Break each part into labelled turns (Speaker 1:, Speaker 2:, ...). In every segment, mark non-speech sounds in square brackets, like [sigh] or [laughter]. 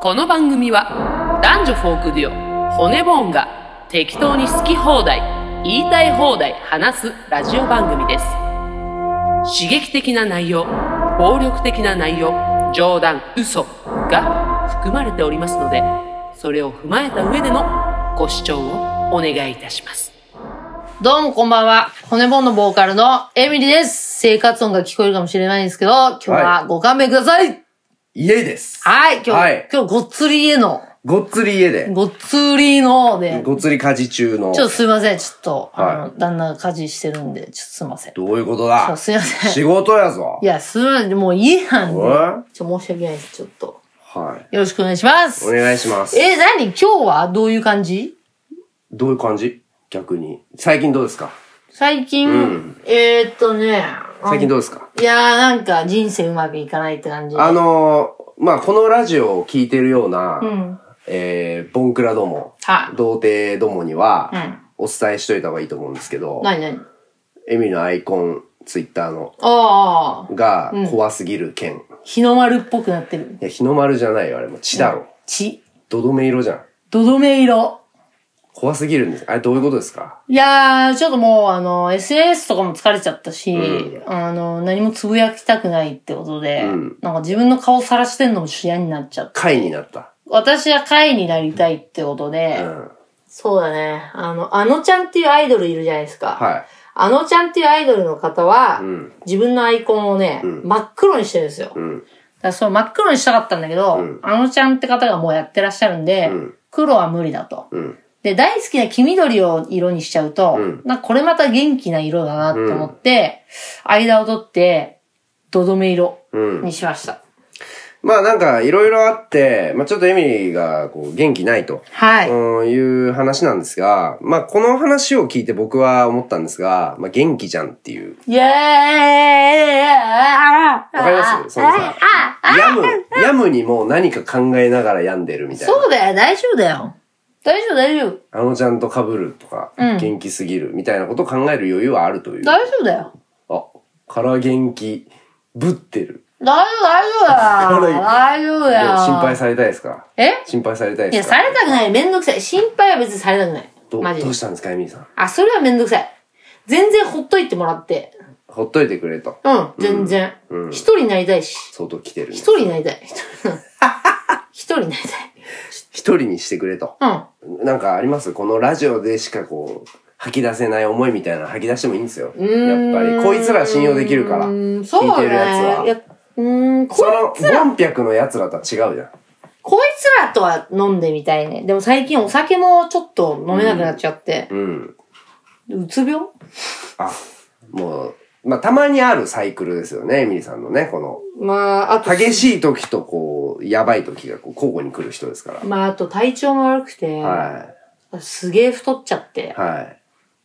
Speaker 1: この番組は男女フォークデュオ骨ボーンが適当に好き放題言いたい放題話すラジオ番組です刺激的な内容暴力的な内容冗談嘘が含まれておりますのでそれを踏まえた上でのご視聴をお願いいたします
Speaker 2: どうもこんばんは。骨盆のボーカルのエミリです。生活音が聞こえるかもしれないんですけど、今日はご勘弁ください。
Speaker 3: 家です。
Speaker 2: はい、今日、
Speaker 3: はい
Speaker 2: 今日ごっつり家の、
Speaker 3: ごっつり家で。
Speaker 2: ごっつりので、
Speaker 3: ごっつり家事中の
Speaker 2: ちょ。っとすいません、ちょっと、
Speaker 3: はい
Speaker 2: あの、旦那が家事してるんで、ちょっとすいません。
Speaker 3: どういうこと
Speaker 2: そう
Speaker 3: だ
Speaker 2: すいません
Speaker 3: 仕事やぞ
Speaker 2: い。や、すいません、もう家なんで、
Speaker 3: おいは
Speaker 2: ちょ、申し訳ないです、ちょっと。
Speaker 3: い。
Speaker 2: よろしくお願いしま
Speaker 3: お
Speaker 2: す。
Speaker 3: 願いします。
Speaker 2: え、何今日はどういう感じ
Speaker 3: どういう感じ逆に。最近どうですか
Speaker 2: 最近、
Speaker 3: ん
Speaker 2: えー、っとね、
Speaker 3: 最近
Speaker 2: ど
Speaker 3: どうですか
Speaker 2: いやーなんか人生うまくいかないって感じ。
Speaker 3: あのー、まあ、このラジオを聞いてるような、
Speaker 2: うん。
Speaker 3: えー、ボンクラども、
Speaker 2: はい
Speaker 3: 童貞どもには
Speaker 2: うん、
Speaker 3: お伝えしといた方がいいと思うんですけど、
Speaker 2: 何何
Speaker 3: エミのアイコン、ツイッターの、
Speaker 2: ああ、
Speaker 3: が怖すぎる件。い
Speaker 2: 日の丸っぽくなってる。
Speaker 3: や、日の丸じゃないよ、あれも。血だろ。
Speaker 2: 血。
Speaker 3: どどめ色じゃん。
Speaker 2: どどめ色。
Speaker 3: 怖すぎるんです。あれどういうことですか
Speaker 2: いやー、ちょっともう、あの、SNS とかも疲れちゃったし、
Speaker 3: う
Speaker 2: あの、何もつぶやきたくないってことで、
Speaker 3: うん
Speaker 2: なんか自分の顔さらしてんのも嫌になっちゃった。
Speaker 3: 回になった。
Speaker 2: 私は会になりたいってことで、
Speaker 3: うん。
Speaker 2: そうだね。あの、あのちゃんっていうアイドルいるじゃないですか。
Speaker 3: は
Speaker 2: あのちゃんっていうアイドルの方は、
Speaker 3: い。うん。
Speaker 2: 自分のアイコンをね、
Speaker 3: ん
Speaker 2: 真っ黒にしてるんですよ。
Speaker 3: うん。
Speaker 2: だからその真っ黒にしたかったんだけど、
Speaker 3: うん
Speaker 2: あのちゃんって方がもうやってらっしゃるんで、
Speaker 3: うん
Speaker 2: 黒は無理だと。
Speaker 3: うん。
Speaker 2: で、大好きな黄緑を色にしちゃうと、
Speaker 3: うん
Speaker 2: なんかこれまた元気な色だなと思って、間を取って、どどめ色
Speaker 3: うん。
Speaker 2: にしました。
Speaker 3: まあなんかいろいろあって、まあちょっとエミリーがこう元気ないと。
Speaker 2: はい。
Speaker 3: うんいう話なんですが、まあこの話を聞いて僕は思ったんですが、まあ元気じゃんっていう。
Speaker 2: イエーイわ
Speaker 3: わかりますそのさ、病む、病むにも何か考えながら病んでるみたいな。
Speaker 2: そうだよ、大丈夫だよ。大丈夫、大丈夫。
Speaker 3: あのちゃんと被るとか、
Speaker 2: うん
Speaker 3: 元気すぎるみたいなことを考える余裕はあるという。
Speaker 2: 大丈夫だよ。
Speaker 3: あ、から元気、ぶってる。
Speaker 2: 大丈夫、大丈夫だよ。大丈夫だよ。
Speaker 3: 心配されたいですか
Speaker 2: え
Speaker 3: 心配されたい
Speaker 2: い
Speaker 3: で
Speaker 2: や、
Speaker 3: すか
Speaker 2: されたくない。めんどくさい。心配は別にされたくない。
Speaker 3: ど
Speaker 2: マジ
Speaker 3: ど
Speaker 2: で
Speaker 3: う。したんですかエミリーさん。
Speaker 2: あ、それはめんどくさい。全然ほっといてもらって。
Speaker 3: ほっといてくれと。
Speaker 2: うん、全然。一、
Speaker 3: うん
Speaker 2: 人になりたいし。
Speaker 3: 相当来てるんで
Speaker 2: 一
Speaker 3: す。
Speaker 2: 人になりたい。 [laughs] 一人になり
Speaker 3: 一人にしてくれと。
Speaker 2: たい。うん。
Speaker 3: なんかありますこのラジオでしかこう、吐き出せない思いみたいなの吐き出してもいいんですよ。やっ
Speaker 2: ーん
Speaker 3: ぱり、こいつら信用できるから。
Speaker 2: うー
Speaker 3: 聞
Speaker 2: んそう
Speaker 3: いて
Speaker 2: ね。
Speaker 3: るやつ
Speaker 2: い
Speaker 3: は。
Speaker 2: や、うーん、こ
Speaker 3: そ
Speaker 2: い
Speaker 3: の、ボンピャクのやつらとは違うじゃん。
Speaker 2: こいつらとは飲んでみたいね。でも最近お酒もちょっと飲めなくなっちゃって。
Speaker 3: うん。
Speaker 2: うつ病
Speaker 3: あ、もう、まあ、たまにあるサイクルですよね、エミリーさんのね、この、
Speaker 2: まあ、あと、
Speaker 3: 激しい時とこう、やばい時がこう交互に来る人ですから。
Speaker 2: まあ、あと体調も悪くて、
Speaker 3: は
Speaker 2: すげえ太っちゃって
Speaker 3: い。、はい。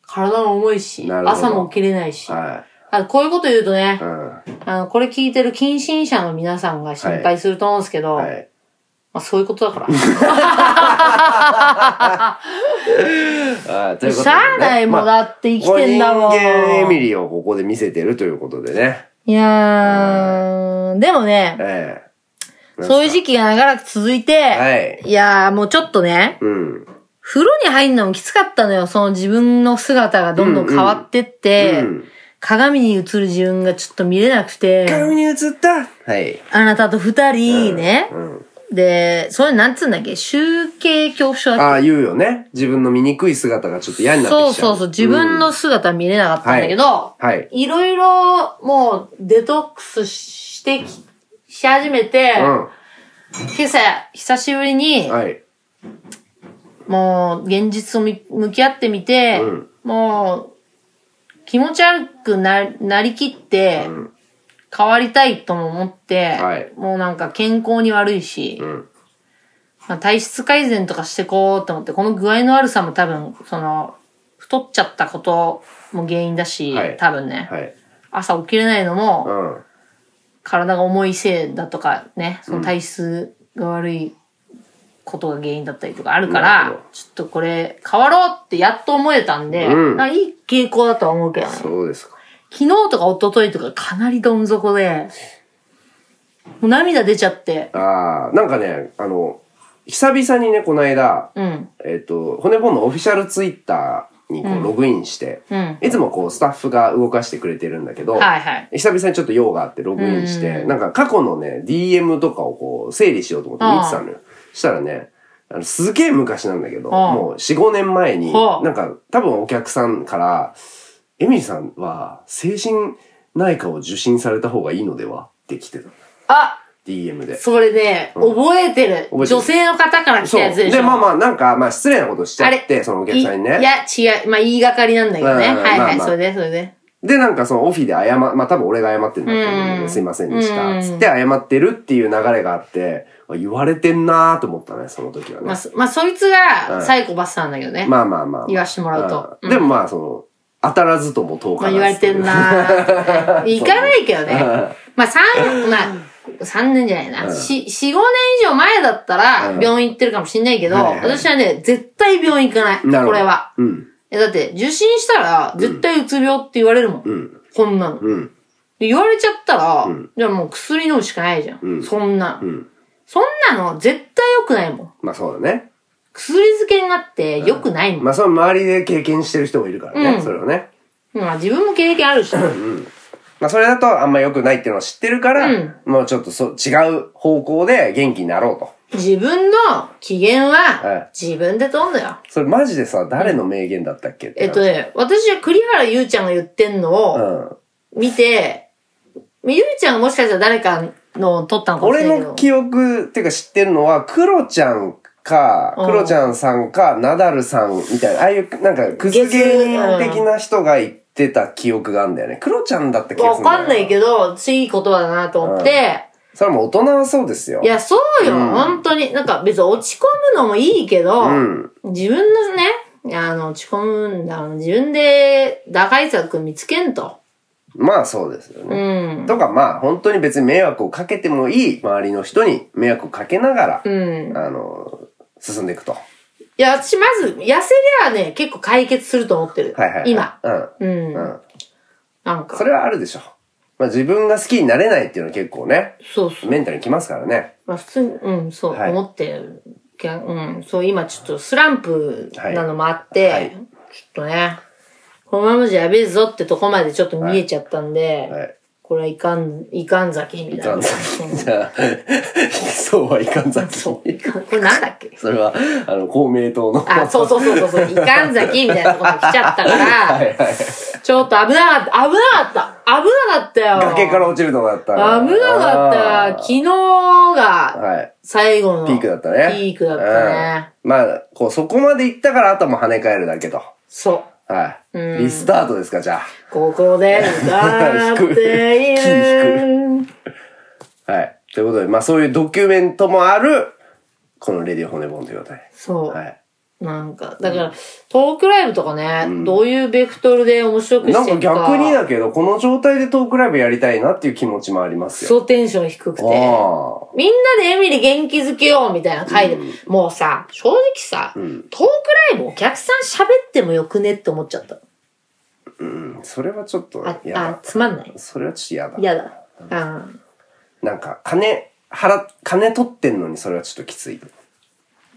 Speaker 2: 体も重いし、
Speaker 3: なるほど
Speaker 2: 朝も起きれないし。
Speaker 3: は
Speaker 2: あこういうこと言うとね
Speaker 3: い。う、ん。
Speaker 2: あの、これ聞いてる近親者の皆さんが心配すると思うんですけど、
Speaker 3: はい。
Speaker 2: まあそういうことだから。
Speaker 3: あーということでね
Speaker 2: しゃあないもん
Speaker 3: まあ
Speaker 2: だって生きてんだもん。
Speaker 3: 人間エミリーをここで見せてるということでね。
Speaker 2: いやー、でもね、
Speaker 3: ええ
Speaker 2: そういう時期が長らく続いて、
Speaker 3: はい
Speaker 2: いやーもうちょっとね、
Speaker 3: うん。
Speaker 2: 風呂に入るのもきつかったのよ。その自分の姿がどんどん変わってって、
Speaker 3: うん
Speaker 2: 鏡に映る自分がちょっと見れなくて、
Speaker 3: 鏡に映ったはい。
Speaker 2: あなたと二人ね、
Speaker 3: うん。
Speaker 2: で、それなんつうんだっけ集計恐怖症だっけ
Speaker 3: ああ、言うよね。自分の醜い姿がちょっと嫌になってきちゃ
Speaker 2: そうそ
Speaker 3: う。
Speaker 2: うそう。自分
Speaker 3: うん
Speaker 2: の姿見れなかったんだけど、
Speaker 3: はい。
Speaker 2: い、ろいろもうデトックスしてき、し始めて、
Speaker 3: う
Speaker 2: 今朝、久しぶりに、
Speaker 3: ん。はい。
Speaker 2: もう現実をみ向き合ってみて、
Speaker 3: うん
Speaker 2: もう気持ち悪くななりきって、
Speaker 3: ん
Speaker 2: 変わりたいとも思って、
Speaker 3: はい
Speaker 2: もうなんか健康に悪いし、
Speaker 3: うん。
Speaker 2: まあ、体質改善とかしてこうと思って、この具合の悪さも多分、その、太っちゃったことも原因だし、
Speaker 3: はい
Speaker 2: 多分ね、
Speaker 3: はい。
Speaker 2: 朝起きれないのも、
Speaker 3: うん。
Speaker 2: 体が重いせいだとかね、その体質が悪いことが原因だったりとかあるか
Speaker 3: な
Speaker 2: ら、
Speaker 3: るほど
Speaker 2: ちょっとこれ変わろうってやっと思えたんで、
Speaker 3: うん
Speaker 2: なんかいい傾向だとは思うけどね。
Speaker 3: そうですか。
Speaker 2: 昨日とか一昨日とかかなりどん底で、もう涙出ちゃって、
Speaker 3: ああ、なんかね、あの、久々にね、この間、
Speaker 2: うん。
Speaker 3: えっ、と、骨盆のオフィシャルツイッターにこ
Speaker 2: う
Speaker 3: うんログインして、
Speaker 2: うん。
Speaker 3: いつもこうスタッフが動かしてくれてるんだけど、
Speaker 2: はいはい。
Speaker 3: 久々にちょっと用があってログインして、
Speaker 2: うん
Speaker 3: なんか過去のね、DM とかをこう整理しようと思って見てたのよ。したらね、あのすげえ昔なんだけど、
Speaker 2: はあ
Speaker 3: もう4、5年前に、
Speaker 2: はあ
Speaker 3: なんか多分お客さんから、エミリさんは精神内科を受診された方がいいのではって来てた。
Speaker 2: あ、
Speaker 3: DM で。
Speaker 2: それね、
Speaker 3: うん
Speaker 2: 覚えてる。
Speaker 3: 覚えてる
Speaker 2: 女性の方から来た
Speaker 3: そう。
Speaker 2: やつでしょ。
Speaker 3: で、まあまあ、なんか、まあ失礼なことしちゃって、そのお客さんにね。
Speaker 2: いいや、違う。まあ、言いがかりなんだけどね。
Speaker 3: うんうんうん
Speaker 2: はいはい、
Speaker 3: まあまあ
Speaker 2: それで、それで。
Speaker 3: で、なんかそのオフィで謝、まあ多分俺が謝ってんだと思うんだけ
Speaker 2: う
Speaker 3: ど、
Speaker 2: ん
Speaker 3: すいませんでし
Speaker 2: う
Speaker 3: た。
Speaker 2: ん
Speaker 3: つって謝ってるっていう流れがあって、あ言われてんなーと思ったね、その時はね。
Speaker 2: まあ、そまあ、そいつ
Speaker 3: うん
Speaker 2: がサイコパスなんだけどね。
Speaker 3: まあまあまあまあ。
Speaker 2: 言わしてもらうと
Speaker 3: ん
Speaker 2: うん
Speaker 3: でもまあその、当たらずとも遠
Speaker 2: ま
Speaker 3: か
Speaker 2: あ、
Speaker 3: らず
Speaker 2: 言われてん
Speaker 3: [laughs]
Speaker 2: なー行かないけどね。まあ、3、まあ、3年じゃないな。
Speaker 3: うん
Speaker 2: し4、5年以上前だったら
Speaker 3: うん
Speaker 2: 病院行ってるかもしんないけど、
Speaker 3: はいはい
Speaker 2: 私はね、絶対病院行かない。
Speaker 3: なるほど
Speaker 2: これは。
Speaker 3: うん、
Speaker 2: えだって、受診したら、絶対うつ病って言われるもん。
Speaker 3: うん、
Speaker 2: こんなの。
Speaker 3: うん、
Speaker 2: で言われちゃったら、
Speaker 3: うん
Speaker 2: じゃあもう薬飲むしかないじゃん。
Speaker 3: うん
Speaker 2: そんな、
Speaker 3: うん。
Speaker 2: そんなの絶対良くないもん。
Speaker 3: まあそうだね。
Speaker 2: 薬漬けになって良くないもん。
Speaker 3: まあその周りで経験してる人もいるからね、
Speaker 2: うん
Speaker 3: それをね。
Speaker 2: まあ自分も経験あるし。
Speaker 3: まあそれだとあんま良くないっていうのを知ってるから、
Speaker 2: うん
Speaker 3: もうちょっとそ違う方向で元気になろうと。
Speaker 2: 自分の機嫌
Speaker 3: はい
Speaker 2: は自分で取んのよ。
Speaker 3: それマジでさ、誰の名言だったっけって
Speaker 2: えっとね、私は栗原ゆうちゃんが言ってんの
Speaker 3: う
Speaker 2: を
Speaker 3: ん。
Speaker 2: 見て、ゆうちゃんがもしかしたら誰かのを取ったのかもし
Speaker 3: 俺
Speaker 2: れないけど。
Speaker 3: の記憶っていうか知ってるのは、クロちゃんか、
Speaker 2: うん
Speaker 3: クロちゃんさんか、ナダルさんみたいな、ああいうなんか、クズ芸人的な人が言ってた記憶があるんだよね。クロちゃんだった気が
Speaker 2: わ
Speaker 3: するだよ
Speaker 2: かんないけど、いい言葉だなと思って、
Speaker 3: それはもう大人はそうですよ。
Speaker 2: いや、そうよ、
Speaker 3: うん
Speaker 2: 本当に。なんか別に落ち込むのもいいけど、
Speaker 3: うん。
Speaker 2: 自分のね、いやあの、落ち込むんだ。自分で打開策見つけんと。
Speaker 3: まあそうですよ
Speaker 2: う
Speaker 3: ね。
Speaker 2: ん。
Speaker 3: とかまあ本当に別に迷惑をかけてもいい周りの人に迷惑をかけながら、
Speaker 2: うん。
Speaker 3: あの、進んでいくと。はい
Speaker 2: や、私まず、痩せりゃね、結構解決すると思ってる。
Speaker 3: いはい、はい。
Speaker 2: 今。。うん。
Speaker 3: うん。うん。
Speaker 2: なんか。
Speaker 3: それはあるでしょ。まあ自分が好きになれないっていうのは結構ね、
Speaker 2: そうそう。
Speaker 3: メンタルにきますからね。
Speaker 2: まあ普通に、うん、そう、
Speaker 3: はい
Speaker 2: 思ってるけんうん、そう、今ちょっとスランプなのもあって、
Speaker 3: はいはい
Speaker 2: ちょっとね、このままじゃやべえぞってとこまでちょっと見えちゃったんで、
Speaker 3: はい。
Speaker 2: これはいかん、いかん酒みた
Speaker 3: い
Speaker 2: い
Speaker 3: か
Speaker 2: な。
Speaker 3: んざき。じゃあ、 [laughs] そうはいかんざき。
Speaker 2: そう、いかん、 [laughs] これなんだっけ
Speaker 3: それは、あの、公明党の。
Speaker 2: あ、そうそうそうそうそう、いかん酒みたいなとこに来ちゃったから、
Speaker 3: [laughs] はいはい。
Speaker 2: ちょっと危なかった、危なかった、危なかったよ。
Speaker 3: 崖から落ちるとこだったな。
Speaker 2: 危なかった。
Speaker 3: あ
Speaker 2: 昨日が
Speaker 3: ーはい。
Speaker 2: 最後の
Speaker 3: ピークだったね。
Speaker 2: ピークだったね。
Speaker 3: うん。まあ、こう、そこまで行ったから、あとも跳ね返るだけと。
Speaker 2: そう。
Speaker 3: はい。
Speaker 2: うん
Speaker 3: リスタートですか、じゃ
Speaker 2: ここで歌っている。
Speaker 3: あ。はい。ということで、まあ、そういうドキュメントもある、このレディオ骨ボンということで。
Speaker 2: そう。
Speaker 3: はい。
Speaker 2: なんか、だから、トークライブとかね、
Speaker 3: ん
Speaker 2: どういうベクトルで面白く
Speaker 3: な
Speaker 2: し
Speaker 3: ん
Speaker 2: てい
Speaker 3: か
Speaker 2: くか。
Speaker 3: 逆にだけど、この状態でトークライブやりたいなっていう気持ちもありま
Speaker 2: ク
Speaker 3: すよ。
Speaker 2: ソテンション低くて。
Speaker 3: あ
Speaker 2: みんなでエミリ元気づけようみたいな回で、もうさ、正直さ、
Speaker 3: ん
Speaker 2: トークライブお客さん喋ってもよくねって思っちゃった。
Speaker 3: あ。それはちょっと
Speaker 2: あ、
Speaker 3: 嫌
Speaker 2: あ
Speaker 3: だ、。
Speaker 2: つまんない。
Speaker 3: それはちょっと嫌だ。
Speaker 2: 嫌だ。あー
Speaker 3: なんか、金、払、金取ってんのにそれはちょっときつい。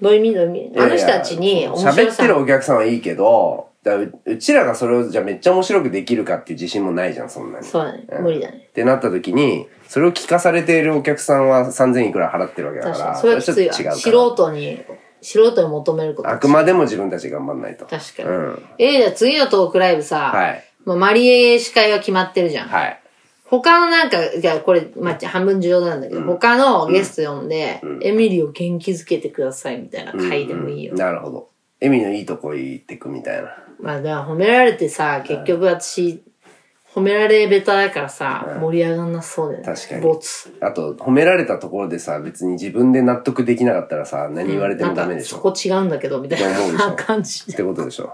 Speaker 2: どういう意味どういう意味あの人たち
Speaker 3: いやい
Speaker 2: に
Speaker 3: や
Speaker 2: 面白
Speaker 3: 喋ってる
Speaker 2: さ。
Speaker 3: お客さんはいいけど、だううちらがそれをじゃあめっちゃ面白くできるかっていう自信もないじゃん、そんなに。
Speaker 2: そうだね
Speaker 3: ん
Speaker 2: 無理だね
Speaker 3: ってなった時に、それを聞かされているお客さんは3000いくら払ってるわけだ
Speaker 2: 確か
Speaker 3: か、
Speaker 2: らに。それはきついわ。
Speaker 3: ちょっと違うから
Speaker 2: 素人に、素人に求めること。
Speaker 3: あくまでも自分たち頑張んないと。
Speaker 2: 確かに。
Speaker 3: うん。
Speaker 2: えー、じゃあ次のトークライブさ、
Speaker 3: はい。
Speaker 2: まあ、マリエ司会は決まってるじゃん。
Speaker 3: はい。
Speaker 2: 他のなんか、いや、これ、まあ、半分冗談だけど、他のゲスト呼んで、エミリを元気づけてくださいみたいな回でもいいよ。
Speaker 3: なるほど。エミのいいとこ行ってくみたいな。
Speaker 2: まあ、だから褒められてさ、結局私、褒められベタだからさ、盛り上がんなそうだよね。
Speaker 3: 確かに
Speaker 2: ボツ。
Speaker 3: あと、褒められたところでさ、別に自分で納得できなかったらさ、何言われてもダメでし
Speaker 2: なん
Speaker 3: ょ。
Speaker 2: かそこ違うんだけど、みたい
Speaker 3: って思うでし
Speaker 2: な
Speaker 3: ょ
Speaker 2: 感じ
Speaker 3: ってことでしょ。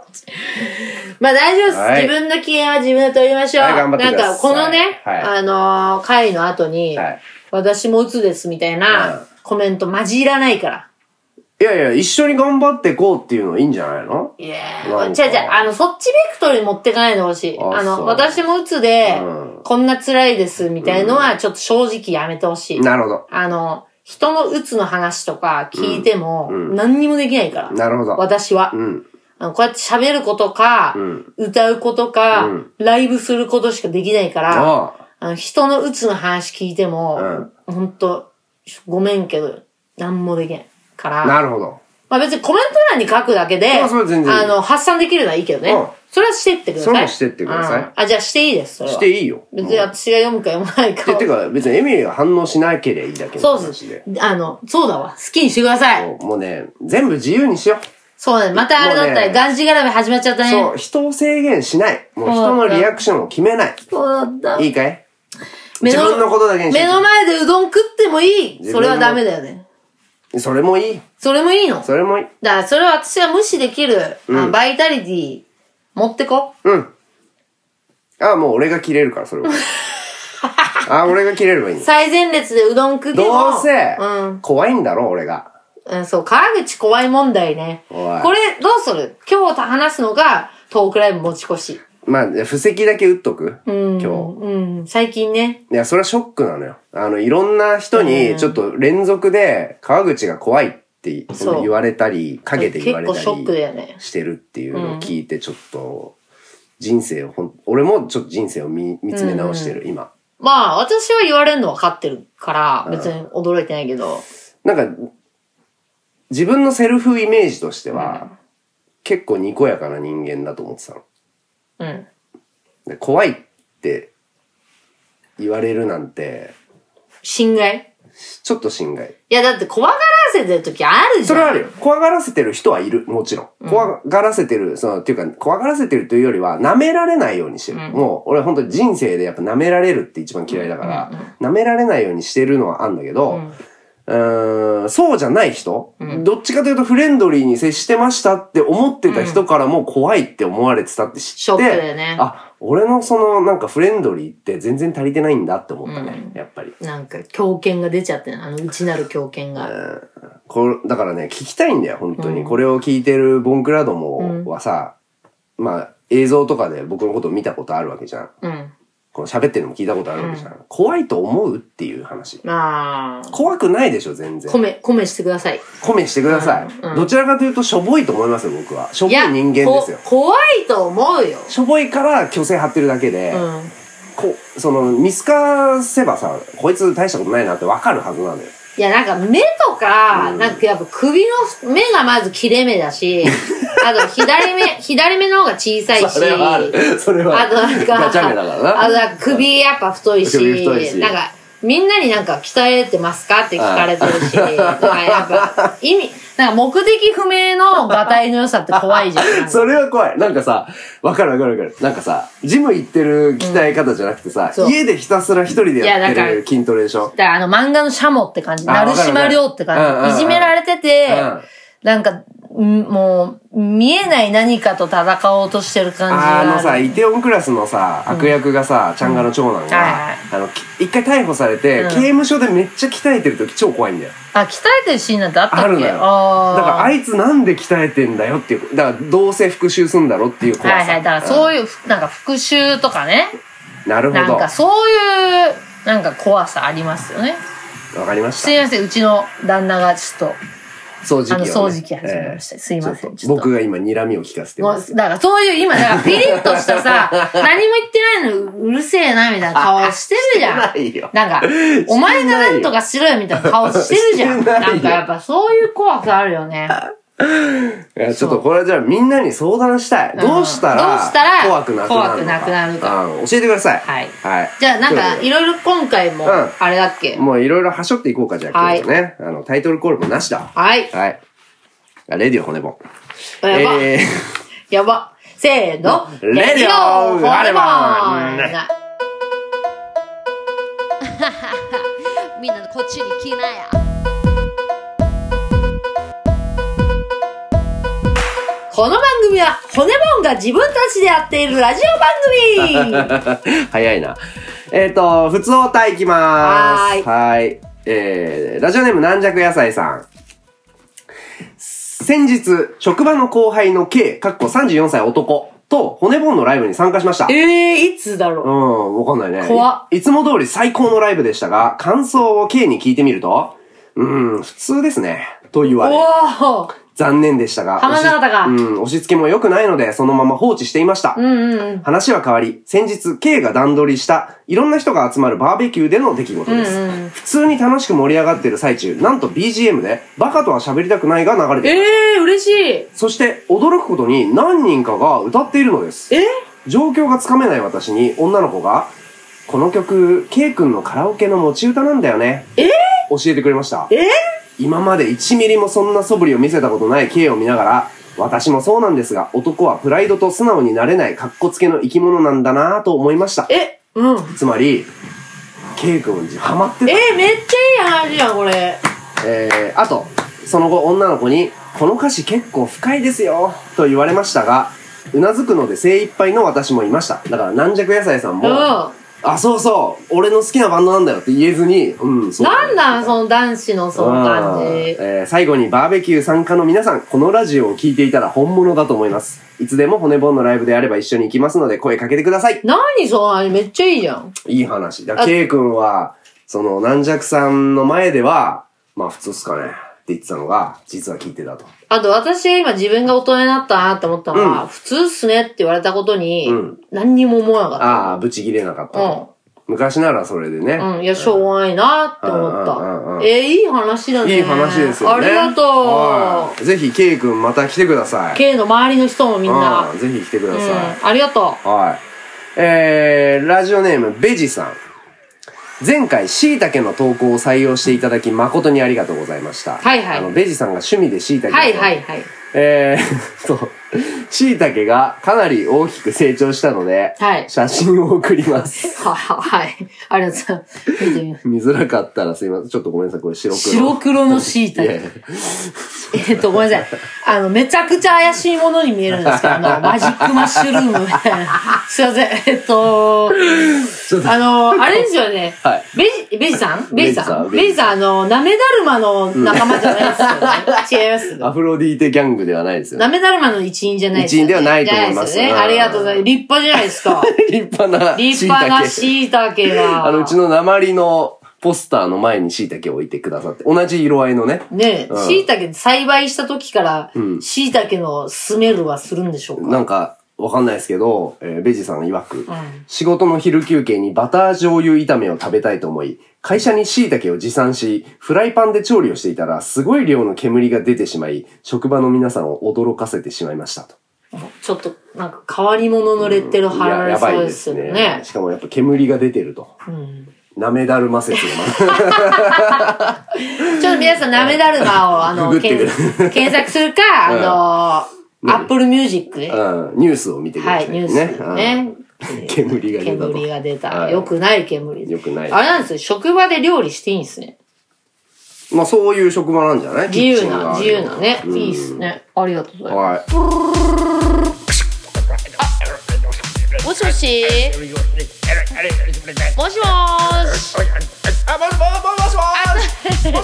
Speaker 2: まあ大丈夫です。
Speaker 3: はい
Speaker 2: 自分の機嫌は自分で取りましょう。
Speaker 3: はい頑張ってください
Speaker 2: なんか、このね、
Speaker 3: はい
Speaker 2: あのー回の後に、
Speaker 3: はい
Speaker 2: 私も鬱ですみたい
Speaker 3: うん
Speaker 2: なコメント混じらないから。
Speaker 3: いやいや、一緒に頑張ってこうっていうのいいんじゃないの
Speaker 2: いや
Speaker 3: な
Speaker 2: ー、
Speaker 3: ん
Speaker 2: じ
Speaker 3: か
Speaker 2: ゃじゃあの、そっちベクトルに持ってかないでほしい。
Speaker 3: あ
Speaker 2: あ
Speaker 3: そう
Speaker 2: の、私も鬱で、
Speaker 3: うん
Speaker 2: こんな辛いですみたいのは、ちょっと正直やめてほしい。
Speaker 3: なるほど。
Speaker 2: あの、人の鬱の話とか聞いても、
Speaker 3: うんうん
Speaker 2: 何にもできないから。
Speaker 3: なるほど。
Speaker 2: 私は、
Speaker 3: うん。
Speaker 2: あの。こうやって喋ることか、
Speaker 3: うん
Speaker 2: 歌うことか、
Speaker 3: うん
Speaker 2: ライブすることしかできないから、
Speaker 3: ああ。
Speaker 2: あの人の鬱の話聞いても、ほんと、ごめんけど、何もできないから。
Speaker 3: なるほど。
Speaker 2: まあ別にコメント欄に書くだけで、
Speaker 3: まあそれは全然いい
Speaker 2: あの、発散できるのはいいけどね。
Speaker 3: うん
Speaker 2: それはしてってください。
Speaker 3: それもしてってください
Speaker 2: うんあ、じゃあしていいです、それは。
Speaker 3: していいよ。
Speaker 2: 別に私が読むか読まないか
Speaker 3: で
Speaker 2: を。
Speaker 3: てか、別にエミリーが反応しなければいいだけ
Speaker 2: そ
Speaker 3: の
Speaker 2: うで
Speaker 3: 話で。
Speaker 2: す。あの、そうだわ。好きにしてください。
Speaker 3: そうもうね、全部自由にしよ
Speaker 2: そうだね。またあれだった
Speaker 3: もう
Speaker 2: ら、
Speaker 3: ね
Speaker 2: がんじがらめ始まっちゃった
Speaker 3: う。
Speaker 2: ね。
Speaker 3: そう、人を制限しない。もう人のリアクションを決めない。
Speaker 2: そうだった
Speaker 3: いいかい
Speaker 2: 目
Speaker 3: 自
Speaker 2: の
Speaker 3: 分のことだけにし
Speaker 2: 目の前でうどん食ってもいい。
Speaker 3: 自
Speaker 2: そ
Speaker 3: 分の
Speaker 2: れはダメだよね。
Speaker 3: それもいい。
Speaker 2: それもいいの。だか
Speaker 3: それもいい。
Speaker 2: ら、それは私は無視できる、あ
Speaker 3: うん
Speaker 2: バイタリティ、持ってこ。
Speaker 3: うん。ああ、もう俺が切れるから、
Speaker 2: [laughs]
Speaker 3: それは。ああ、俺が切れればいいんだ。
Speaker 2: 最前列でうどん食っても。
Speaker 3: どうせ
Speaker 2: うん、。
Speaker 3: 怖いんだろ、俺が。
Speaker 2: うん、そう、川口怖い問題ね。
Speaker 3: おい
Speaker 2: これ、どうする今日話すのが、トークライブ持ち越し。
Speaker 3: まあ、布石だけ打っとく
Speaker 2: うん。
Speaker 3: 今日。
Speaker 2: うん、最近ね。
Speaker 3: いや、それはショックなのよ。あの、いろんな人に、ちょっと連続で、川口が怖いって
Speaker 2: そう
Speaker 3: 言われたり、陰で言われたり
Speaker 2: 結構ショックだよね
Speaker 3: してるっていうのを聞いて、ちょっと、人生をほん、俺もちょっと人生を見見つめ直してる、今。
Speaker 2: まあ、私は言われるの分かってるから、別に驚いてないけど。
Speaker 3: なんか、自分のセルフイメージとしては、結構にこやかな人間だと思ってたの。
Speaker 2: うん。
Speaker 3: で怖いって言われるなんて、
Speaker 2: 侵害
Speaker 3: ちょっと心外。
Speaker 2: いや、だって怖がらせてる時あるじゃん。
Speaker 3: それはあるよ。怖がらせてる人はいる、もちろん。怖がらせてる、その、っていうか、怖がらせてるというよりは、舐められないようにしてる。もう、俺本当に人生でやっぱ舐められるって一番嫌いだから、舐められないようにしてるのはあるんだけど、うーん、そうじゃない人、どっちかというとフレンドリーに接してましたって思ってた人からも怖いって思われてたって知って、
Speaker 2: ショックだよね
Speaker 3: あ、俺のその、なんかフレンドリーって全然足りてないんだって思ったね、やっぱり。
Speaker 2: なんか、狂犬が出ちゃってるあの、内なる狂犬が。
Speaker 3: これだからね聞きたいんだよ本当に、これを聞いてるボンクラどもはさ、まあ映像とかで僕のことを見たことあるわけじゃん
Speaker 2: うん。
Speaker 3: この喋ってるのも聞いたことあるわけじゃん、怖いと思うっていう話
Speaker 2: まあ、
Speaker 3: 怖くないでしょ全然
Speaker 2: コメ、コメしてください。
Speaker 3: コメしてください、どちらかというとしょぼいと思いますよ僕はしょぼい人間ですよ
Speaker 2: こ怖いと思うよ。
Speaker 3: しょぼいから虚勢張ってるだけで、
Speaker 2: うん。
Speaker 3: こその見透かせばさこいつ大したことないなってわかるはずなのよ
Speaker 2: いや、なんか目とか、
Speaker 3: うん
Speaker 2: なんかやっぱ首の目がまず切れ目だ
Speaker 3: [laughs]
Speaker 2: し、あと左目、左目の方が小さいし、
Speaker 3: それはあるそれは
Speaker 2: あとなんか、
Speaker 3: ガチャ目だからな
Speaker 2: あとなんか首やっぱ太いし、
Speaker 3: 首太いし
Speaker 2: なんか、みんなになんか鍛えてますかって聞かれてるし、なんかやっぱ意味、なんか目的不明の馬体の良さって怖いじゃん。
Speaker 3: [laughs]
Speaker 2: なんか
Speaker 3: それは怖い。なんかさ、わかるわかるわかる。なんかさ、ジム行ってる鍛え方じゃなくてさ、
Speaker 2: そう
Speaker 3: 家でひたすら一人でやっ
Speaker 2: いや
Speaker 3: て
Speaker 2: だ
Speaker 3: る
Speaker 2: から
Speaker 3: 筋トレでしょ。
Speaker 2: だからあの漫画のシャモって感じ。
Speaker 3: あ
Speaker 2: 成島亮って
Speaker 3: わかるわか
Speaker 2: 感
Speaker 3: る
Speaker 2: じ。いじめられてて
Speaker 3: うん、
Speaker 2: なんか、んもう、見えない何かと戦おうとしてる感じが
Speaker 3: あ
Speaker 2: ある。
Speaker 3: のさ、イテオンクラスのさ、悪役がさ、ちゃんがの長
Speaker 2: は
Speaker 3: 男
Speaker 2: いは
Speaker 3: が
Speaker 2: い、
Speaker 3: あの、き一回逮捕されて
Speaker 2: う、ん
Speaker 3: 刑務所でめっちゃ鍛えてる時超怖いんだよ。
Speaker 2: あ、鍛えてるシーンなんてあったっけ
Speaker 3: あるのよ。だ
Speaker 2: あー
Speaker 3: からあいつなんで鍛えてんだよっていう、だからどうせ復讐すんだろっていう怖
Speaker 2: はい
Speaker 3: さ。
Speaker 2: はい。だからそういう、なんか復讐とかね。
Speaker 3: うんなるほ
Speaker 2: な
Speaker 3: ど。
Speaker 2: んかそういう、なんか怖さありますよね。
Speaker 3: わかりまし
Speaker 2: す
Speaker 3: た。
Speaker 2: いません、うちの旦那がちょっと、
Speaker 3: 掃除機をね。
Speaker 2: あの掃除機始めましたすいません
Speaker 3: ちょっと
Speaker 2: ちょっと
Speaker 3: 僕が今睨みを聞かせて
Speaker 2: も
Speaker 3: ま
Speaker 2: う
Speaker 3: す。
Speaker 2: だからそういう、今、だ
Speaker 3: [laughs]
Speaker 2: からピリッとしたさ、何も言ってないのうるせえな、みたいな顔してるじゃん。
Speaker 3: ないよ。
Speaker 2: なんか、お前がなんとかしろよみたいな顔してるじゃ
Speaker 3: し
Speaker 2: ん。
Speaker 3: てないよ
Speaker 2: なんかやっぱそういう怖さあるよね。
Speaker 3: いやちょっとこれはじゃあみんなに相談したい。どうしたら、
Speaker 2: どうしたら
Speaker 3: 怖くなくなるのか
Speaker 2: 怖くなくなるか
Speaker 3: うん教えてください。
Speaker 2: はい
Speaker 3: はい。
Speaker 2: じゃあなんか
Speaker 3: とい
Speaker 2: いう
Speaker 3: こ
Speaker 2: ろいろ今回も、
Speaker 3: うん
Speaker 2: あれだっけ
Speaker 3: とでもういろいろはしょっていこうか、じゃあ
Speaker 2: は
Speaker 3: 今
Speaker 2: い
Speaker 3: 日ね。あの、タイトルコールもなしだ。
Speaker 2: はい。
Speaker 3: はい。あレディオ骨も。
Speaker 2: やば。
Speaker 3: え
Speaker 2: やば。せーの。
Speaker 3: レディオアルバム
Speaker 4: みんなこっちに来なや
Speaker 2: この番組は骨ボンが自分たちでやっているラジオ番組
Speaker 3: ー [laughs] 早いな。えっ、と、普通おたいきま
Speaker 2: はー
Speaker 3: ー
Speaker 2: い
Speaker 3: す。はーい。えー、ラジオネーム軟弱野菜さん。先日、職場の後輩の K、かっこ34歳男と骨盆のライブに参加しました。
Speaker 2: えー、いつだろう
Speaker 3: うん、わかんないね。
Speaker 2: 怖
Speaker 3: いいつも通り最高のライブでしたが、感想を K に聞いてみると、うん、普通ですね。と言われ、
Speaker 2: おー
Speaker 3: 残念でしたが、
Speaker 2: 浜
Speaker 3: 押し
Speaker 2: 中田が
Speaker 3: うん、押し付けも良くないので、そのまま放置していました。
Speaker 2: うんうんうん。
Speaker 3: 話は変わり、先日、K が段取りした、いろんな人が集まるバーベキューでの出来事です。
Speaker 2: うんうん
Speaker 3: 普通に楽しく盛り上がっている最中、なんと BGM で、バカとは喋りたくないが流れている。
Speaker 2: ええー、嬉しい。
Speaker 3: そして、驚くことに何人かが歌っているのです。
Speaker 2: え
Speaker 3: 状況がつかめない私に、女の子が、この曲、K 君のカラオケの持ち歌なんだよね。
Speaker 2: え
Speaker 3: 教えてくれました。
Speaker 2: え
Speaker 3: 今まで1ミリもそんな素振りを見せたことない K を見ながら、私もそうなんですが、男はプライドと素直になれない格好つけの生き物なんだなぁと思いました。
Speaker 2: えうん。
Speaker 3: つまり、K 君にハマって
Speaker 2: え
Speaker 3: た。
Speaker 2: ー、めっちゃいい話やん、これ。
Speaker 3: えー、あと、その後女の子に、この歌詞結構深いですよ、と言われましたが、うなずくので精一杯の私もいました。だから軟弱野菜さん
Speaker 2: う
Speaker 3: も、
Speaker 2: ん。
Speaker 3: あ、そうそう、俺の好きなバンドなんだよって言えずに、うん、そうだね
Speaker 2: なんなん、その男子のその感
Speaker 3: うん
Speaker 2: じ。
Speaker 3: えー最後にバーベキュー参加の皆さん、このラジオを聞いていたら本物だと思います。いつでも骨盆のライブであれば一緒に行きますので声かけてください。
Speaker 2: 何その話めっちゃいいじゃん。
Speaker 3: いい話。だか
Speaker 2: あ
Speaker 3: ら、ケイ君は、その、軟弱さんの前では、まあ普通っすかね。って言ってたのが、実は聞いてたと。
Speaker 2: あと私が今自分が大人になったなって思ったのは、
Speaker 3: うん
Speaker 2: 普通っすねって言われたことに
Speaker 3: うん、
Speaker 2: 何にも思わなかっ
Speaker 3: ああ、ブチ切れなかった
Speaker 2: た。。うん。
Speaker 3: 昔ならそれでね。
Speaker 2: うん、いや、しょうがないなって思った。
Speaker 3: うんうんうん
Speaker 2: えーいい話だね。
Speaker 3: いい話ですよね。
Speaker 2: ありがと
Speaker 3: は
Speaker 2: う。
Speaker 3: いぜひ、ケイ君また来てください。
Speaker 2: K の周りの人もみんな。
Speaker 3: う
Speaker 2: うん
Speaker 3: ぜひ来てください。
Speaker 2: ん、ありがと
Speaker 3: はい。えー、ラジオネーム、ベジさん。前回、椎茸の投稿を採用していただき、誠にありがとうございました。
Speaker 2: はいはい
Speaker 3: あの、ベジさんが趣味で椎
Speaker 2: う。
Speaker 3: 茸を
Speaker 2: はいはいはい。
Speaker 3: えー、 [laughs] そう。椎茸がかなり大きく成長したので、
Speaker 2: はい
Speaker 3: 写真を送ります。
Speaker 2: は、は、はい。ありがとうございます。見てみます。
Speaker 3: 見づらかったらすいません。ちょっとごめんなさい。これ白黒。
Speaker 2: 白黒の椎
Speaker 3: いやい
Speaker 2: 茸。
Speaker 3: や
Speaker 2: えっと、ごめんなさい。あの、めちゃくちゃ怪しいものに見えるんですけど、あ
Speaker 3: [laughs]
Speaker 2: の、マジックマッシュルーム [laughs] みたいな。すいません。えっと、
Speaker 3: ちょっと
Speaker 2: あの、あれですよね。
Speaker 3: はい
Speaker 2: ベジ、ベジさんベジさん
Speaker 3: ベ
Speaker 2: ベ
Speaker 3: ジ
Speaker 2: ジさん、あの、ナメダルマの仲間じゃない
Speaker 3: [laughs]
Speaker 2: ですよね。違います。
Speaker 3: アフロディーテギャングではないです
Speaker 2: [laughs]
Speaker 3: よね。
Speaker 2: ナメダルマの一員じゃないですよね。
Speaker 3: 一員ではないと思います
Speaker 2: じゃなでよね。ありがとうございます。立派じゃないです
Speaker 3: [laughs]
Speaker 2: か。
Speaker 3: 立派な
Speaker 2: 立
Speaker 3: 椎
Speaker 2: 派
Speaker 3: 茸。
Speaker 2: な椎茸が。
Speaker 3: あの、うちの鉛のポスターの前に椎茸を置いてくださって、同じ色合いのね。
Speaker 2: ねえ、
Speaker 3: うん
Speaker 2: 椎茸栽培した時から
Speaker 3: う、ん
Speaker 2: 椎茸のスメルはするんでしょうか
Speaker 3: なんか、わかんないですけど、えーベジさん曰く、
Speaker 2: ん
Speaker 3: 仕事の昼休憩にバター醤油炒めを食べたいと思い、会社に椎茸を持参し、フライパンで調理をしていたら、すごい量の煙が出てしまい、職場の皆さんを驚かせてしまいましたと。
Speaker 2: ちょっと、なんか変わり者のレッテル貼ら
Speaker 3: い
Speaker 2: れ
Speaker 3: やば
Speaker 2: そ
Speaker 3: いうで
Speaker 2: です
Speaker 3: す
Speaker 2: よ
Speaker 3: ね。
Speaker 2: ね。
Speaker 3: しかもやっぱ煙が出てると。なめだるま説がま
Speaker 2: ちょっと皆さん、ナメダルマを、あの、
Speaker 3: ググって
Speaker 2: 検
Speaker 3: くれ
Speaker 2: 検索するか、
Speaker 3: うん
Speaker 2: あの、アップルミュージックで。 [laughs]
Speaker 3: だ、うん、ニュースを見てくだ
Speaker 2: は
Speaker 3: さい
Speaker 2: い、ニュースで
Speaker 3: うん
Speaker 2: ね。
Speaker 3: 煙が出たと。
Speaker 2: 煙が出た。
Speaker 3: はい
Speaker 2: よくない煙。
Speaker 3: 良くない
Speaker 2: あれなんですよ、職場で料理していいんですね。
Speaker 3: まあそういう職場なんじゃない
Speaker 2: 自由な、
Speaker 3: キ
Speaker 2: 自
Speaker 3: ッチン
Speaker 2: 由
Speaker 3: が
Speaker 2: なね。
Speaker 3: うん
Speaker 2: いいっすね。ありがとうございま
Speaker 3: はい。
Speaker 4: もしもしもしもーし
Speaker 5: あ、もしももしもーしもし